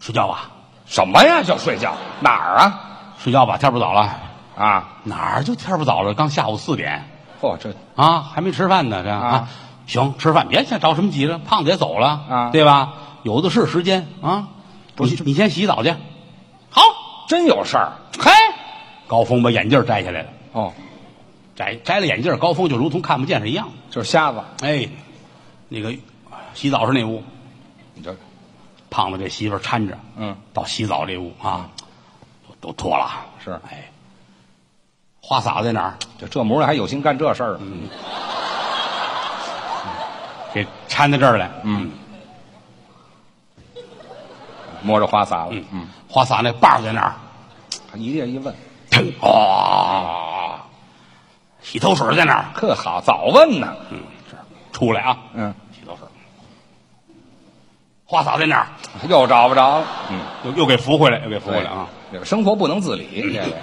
[SPEAKER 1] 睡觉吧，
[SPEAKER 2] 什么呀？就睡觉哪儿啊？
[SPEAKER 1] 睡觉吧，天不早了。
[SPEAKER 2] 啊，
[SPEAKER 1] 哪儿就天不早了，刚下午四点
[SPEAKER 2] 嚯、这
[SPEAKER 1] 啊，还没吃饭呢，这
[SPEAKER 2] 啊
[SPEAKER 1] 啊，行，吃饭别先着什么急了，胖子也走了
[SPEAKER 2] 啊
[SPEAKER 1] 对吧？有的是时间啊，
[SPEAKER 2] 不是
[SPEAKER 1] 你你先洗澡去。好，
[SPEAKER 2] 真有事儿
[SPEAKER 1] 嘿，高峰把眼镜摘下来了，
[SPEAKER 2] 哦，
[SPEAKER 1] 摘摘了眼镜，高峰就如同看不见是一样。
[SPEAKER 2] 就是瞎子，
[SPEAKER 1] 哎，那个洗澡是那屋，
[SPEAKER 2] 你这
[SPEAKER 1] 胖子这媳妇儿搀着，
[SPEAKER 2] 嗯，
[SPEAKER 1] 到洗澡这屋啊，都都脱了，
[SPEAKER 2] 是
[SPEAKER 1] 哎，花洒在哪儿？
[SPEAKER 2] 就这模样还有心干这事儿、
[SPEAKER 1] 给搀到这儿来，嗯。
[SPEAKER 2] 摸着花洒了，嗯，
[SPEAKER 1] 花洒那把儿在那儿，
[SPEAKER 2] 一定一问，
[SPEAKER 1] 腾哦，洗头水在那儿，
[SPEAKER 2] 呵好，早问呢。
[SPEAKER 1] 嗯，是出来啊，
[SPEAKER 2] 嗯，
[SPEAKER 1] 洗头水，花洒在那儿，
[SPEAKER 2] 又找不着了。嗯，
[SPEAKER 1] 又又给扶回来，又给扶回来啊！
[SPEAKER 2] 这个生活不能自理，这个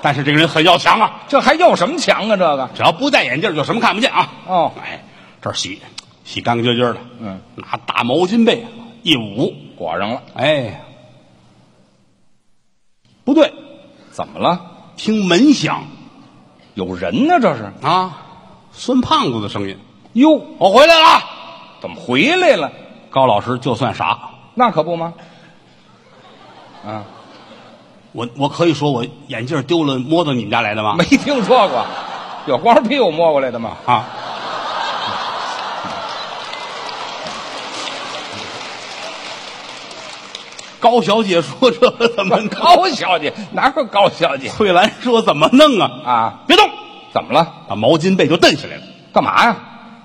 [SPEAKER 1] 但是这个人很要强啊，
[SPEAKER 2] 这还要什么强啊？这个
[SPEAKER 1] 只要不戴眼镜就什么看不见啊。
[SPEAKER 2] 哦
[SPEAKER 1] 哎，这儿洗洗干干净净的，
[SPEAKER 2] 嗯，
[SPEAKER 1] 拿大毛巾被一捂，
[SPEAKER 2] 裹上了，
[SPEAKER 1] 哎，不对，
[SPEAKER 2] 怎么了？
[SPEAKER 1] 听门响
[SPEAKER 2] 有人呢？这是
[SPEAKER 1] 啊，孙胖子的声音，
[SPEAKER 2] 哟，
[SPEAKER 1] 我回来了。
[SPEAKER 2] 怎么回来了？
[SPEAKER 1] 高老师就算傻，
[SPEAKER 2] 那可不吗？啊，
[SPEAKER 1] 我我可以说我眼镜丢了，摸到你们家来的吗？
[SPEAKER 2] 没听说过，有光着屁股摸过来的吗？
[SPEAKER 1] 啊，
[SPEAKER 2] 嗯
[SPEAKER 1] 高小姐说这怎么弄？
[SPEAKER 2] 高小姐，哪有高小姐
[SPEAKER 1] 翠兰说怎么弄啊？
[SPEAKER 2] 啊？
[SPEAKER 1] 别动，
[SPEAKER 2] 怎么了？
[SPEAKER 1] 把毛巾被就蹬起来了。
[SPEAKER 2] 干嘛呀？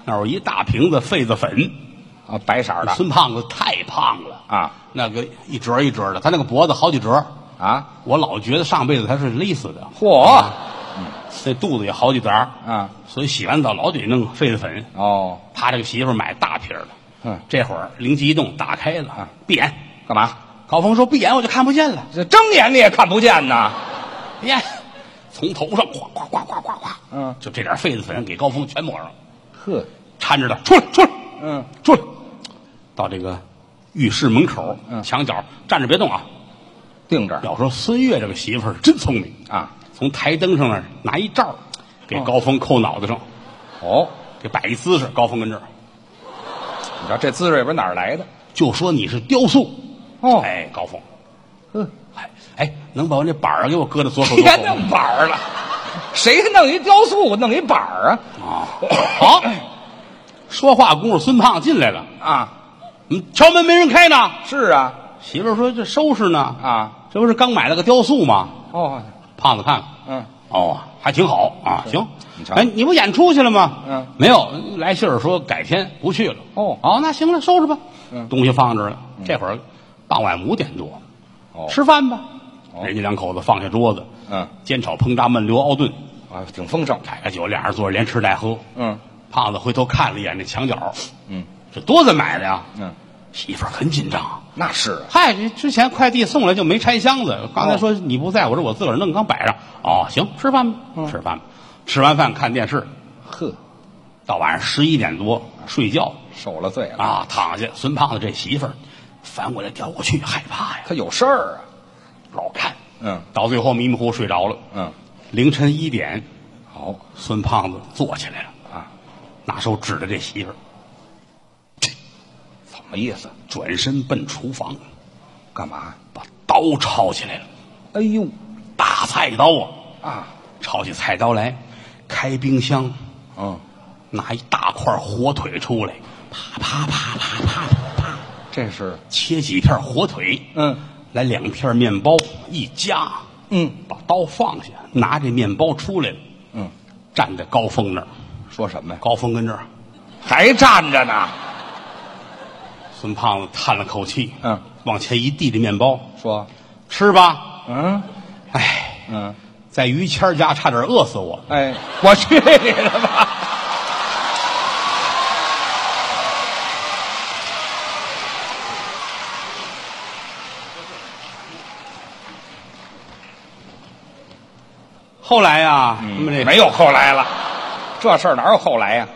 [SPEAKER 1] 那儿有一大瓶子痱子粉，
[SPEAKER 2] 啊，白色儿的
[SPEAKER 1] 孙胖子太胖了
[SPEAKER 2] 啊，
[SPEAKER 1] 那个一折一折的，他那个脖子好几折。
[SPEAKER 2] 啊！
[SPEAKER 1] 我老觉得上辈子他是勒死的，
[SPEAKER 2] 嚯
[SPEAKER 1] 那肚子也好几沓儿，
[SPEAKER 2] 啊！
[SPEAKER 1] 所以洗完澡老得弄痱子粉。
[SPEAKER 2] 哦，
[SPEAKER 1] 他这个媳妇儿买大瓶儿的，
[SPEAKER 2] 嗯，
[SPEAKER 1] 这会儿灵机一动，打开了，闭眼。
[SPEAKER 2] 干嘛？
[SPEAKER 1] 高峰说：“闭眼我就看不见了，
[SPEAKER 2] 这睁眼你也看不见呐？
[SPEAKER 1] 闭眼。”从头上哗哗哗哗哗哗，
[SPEAKER 2] 嗯
[SPEAKER 1] 就这点痱子粉给高峰全抹上了，
[SPEAKER 2] 呵，
[SPEAKER 1] 搀着他出来出来
[SPEAKER 2] 嗯，
[SPEAKER 1] 出来，到这个浴室门口、
[SPEAKER 2] 嗯
[SPEAKER 1] 墙角站着别动啊。
[SPEAKER 2] 定这儿
[SPEAKER 1] 要说孙越这个媳妇儿真聪明，
[SPEAKER 2] 啊。
[SPEAKER 1] 从台灯上那儿拿一罩儿给高峰扣脑袋上，
[SPEAKER 2] 哦，
[SPEAKER 1] 给摆一姿势。高峰跟这儿
[SPEAKER 2] 你知道这滋味也不知道哪儿来的？
[SPEAKER 1] 就说你是雕塑，
[SPEAKER 2] 哦，
[SPEAKER 1] 哎，高峰，
[SPEAKER 2] 嗯，
[SPEAKER 1] 哎哎，能把我那板儿给我搁在左手
[SPEAKER 2] 别
[SPEAKER 1] 左手吗
[SPEAKER 2] 弄板儿了，谁弄一雕塑弄一板儿啊？
[SPEAKER 1] 啊，好，说话功夫，孙胖进来了，
[SPEAKER 2] 啊，
[SPEAKER 1] 嗯，敲门没人开呢。
[SPEAKER 2] 是啊，
[SPEAKER 1] 媳妇儿说：“这收拾呢？
[SPEAKER 2] 啊，
[SPEAKER 1] 这不是刚买了个雕塑吗
[SPEAKER 2] 哦，？”
[SPEAKER 1] 胖子看看，
[SPEAKER 2] 嗯，
[SPEAKER 1] 哦，还挺好啊，行。
[SPEAKER 2] 你瞧
[SPEAKER 1] 哎，你不演出去了吗？
[SPEAKER 2] 嗯
[SPEAKER 1] 没有，来信儿说改天不去了。
[SPEAKER 2] 哦
[SPEAKER 1] 哦，那行了，收拾吧。
[SPEAKER 2] 嗯
[SPEAKER 1] 东西放这儿了。这会儿傍晚五点多，
[SPEAKER 2] 哦，
[SPEAKER 1] 吃饭吧。
[SPEAKER 2] 哦
[SPEAKER 1] 人家两口子放下桌子，
[SPEAKER 2] 嗯，
[SPEAKER 1] 煎炒烹炸焖溜熬炖，
[SPEAKER 2] 啊，挺丰盛，
[SPEAKER 1] 开开酒，俩人坐着连吃带喝。
[SPEAKER 2] 嗯
[SPEAKER 1] 胖子回头看了一眼那墙角，
[SPEAKER 2] 嗯
[SPEAKER 1] 这多子买的呀？
[SPEAKER 2] 嗯，
[SPEAKER 1] 媳妇儿很紧张。
[SPEAKER 2] 那是啊，
[SPEAKER 1] 嗨，这之前快递送来就没拆箱子，刚才说你不在，我说我自个儿弄，刚摆上。哦，行，吃饭吧，吃饭吧。吃完饭看电视，
[SPEAKER 2] 呵，
[SPEAKER 1] 到晚上十一点多睡觉
[SPEAKER 2] 受了罪了，
[SPEAKER 1] 啊，躺下。孙胖子这媳妇儿翻过来调过去，害怕呀，
[SPEAKER 2] 他有事儿啊，
[SPEAKER 1] 老看。
[SPEAKER 2] 嗯
[SPEAKER 1] 到最后迷迷糊糊睡着了。
[SPEAKER 2] 嗯，
[SPEAKER 1] 凌晨一点，
[SPEAKER 2] 好
[SPEAKER 1] 孙胖子坐起来了，
[SPEAKER 2] 啊，
[SPEAKER 1] 拿手指着这媳妇儿，
[SPEAKER 2] 怎么意思？
[SPEAKER 1] 转身奔厨房，
[SPEAKER 2] 干嘛？
[SPEAKER 1] 把刀抄起来了，
[SPEAKER 2] 哎呦
[SPEAKER 1] 大菜刀啊，
[SPEAKER 2] 啊，
[SPEAKER 1] 抄起菜刀来，开冰箱。
[SPEAKER 2] 嗯，
[SPEAKER 1] 拿一大块火腿出来，啪啪啪啪啪啪，
[SPEAKER 2] 这是
[SPEAKER 1] 切几片火腿，
[SPEAKER 2] 嗯，
[SPEAKER 1] 来两片面包一夹，
[SPEAKER 2] 嗯
[SPEAKER 1] 把刀放下，拿这面包出来了，
[SPEAKER 2] 嗯，
[SPEAKER 1] 站在高峰那儿，
[SPEAKER 2] 说什么呀？
[SPEAKER 1] 高峰跟这儿，
[SPEAKER 2] 还站着呢？
[SPEAKER 1] 孙胖子叹了口气，
[SPEAKER 2] 嗯，
[SPEAKER 1] 往前一递这面包，
[SPEAKER 2] 说，
[SPEAKER 1] 吃吧，
[SPEAKER 2] 嗯
[SPEAKER 1] 哎，
[SPEAKER 2] 嗯。
[SPEAKER 1] 在于谦儿家差点饿死我，
[SPEAKER 2] 哎，我去你的吧！
[SPEAKER 1] 后来呀、他们这啊
[SPEAKER 2] 嗯没有后来了，这事儿哪有后来呀、